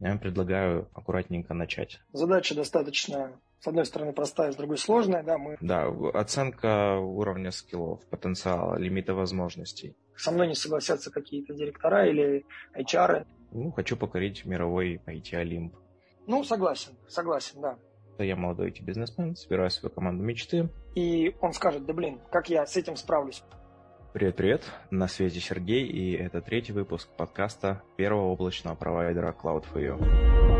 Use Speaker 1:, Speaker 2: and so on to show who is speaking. Speaker 1: Я предлагаю аккуратненько начать.
Speaker 2: Задача достаточно, с одной стороны, простая, с другой сложная. Да, мы...
Speaker 1: Да, оценка уровня скиллов, потенциала, лимита возможностей.
Speaker 2: Со мной не согласятся какие-то директора или HR.
Speaker 1: Ну, хочу покорить мировой IT-олимп.
Speaker 2: Ну, согласен, согласен, да.
Speaker 1: Я молодой IT-бизнесмен, собираю свою команду мечты.
Speaker 2: И он скажет, да блин, как я с этим справлюсь?
Speaker 1: Привет-привет, на связи Сергей, и это третий выпуск подкаста первого облачного провайдера Cloud4U.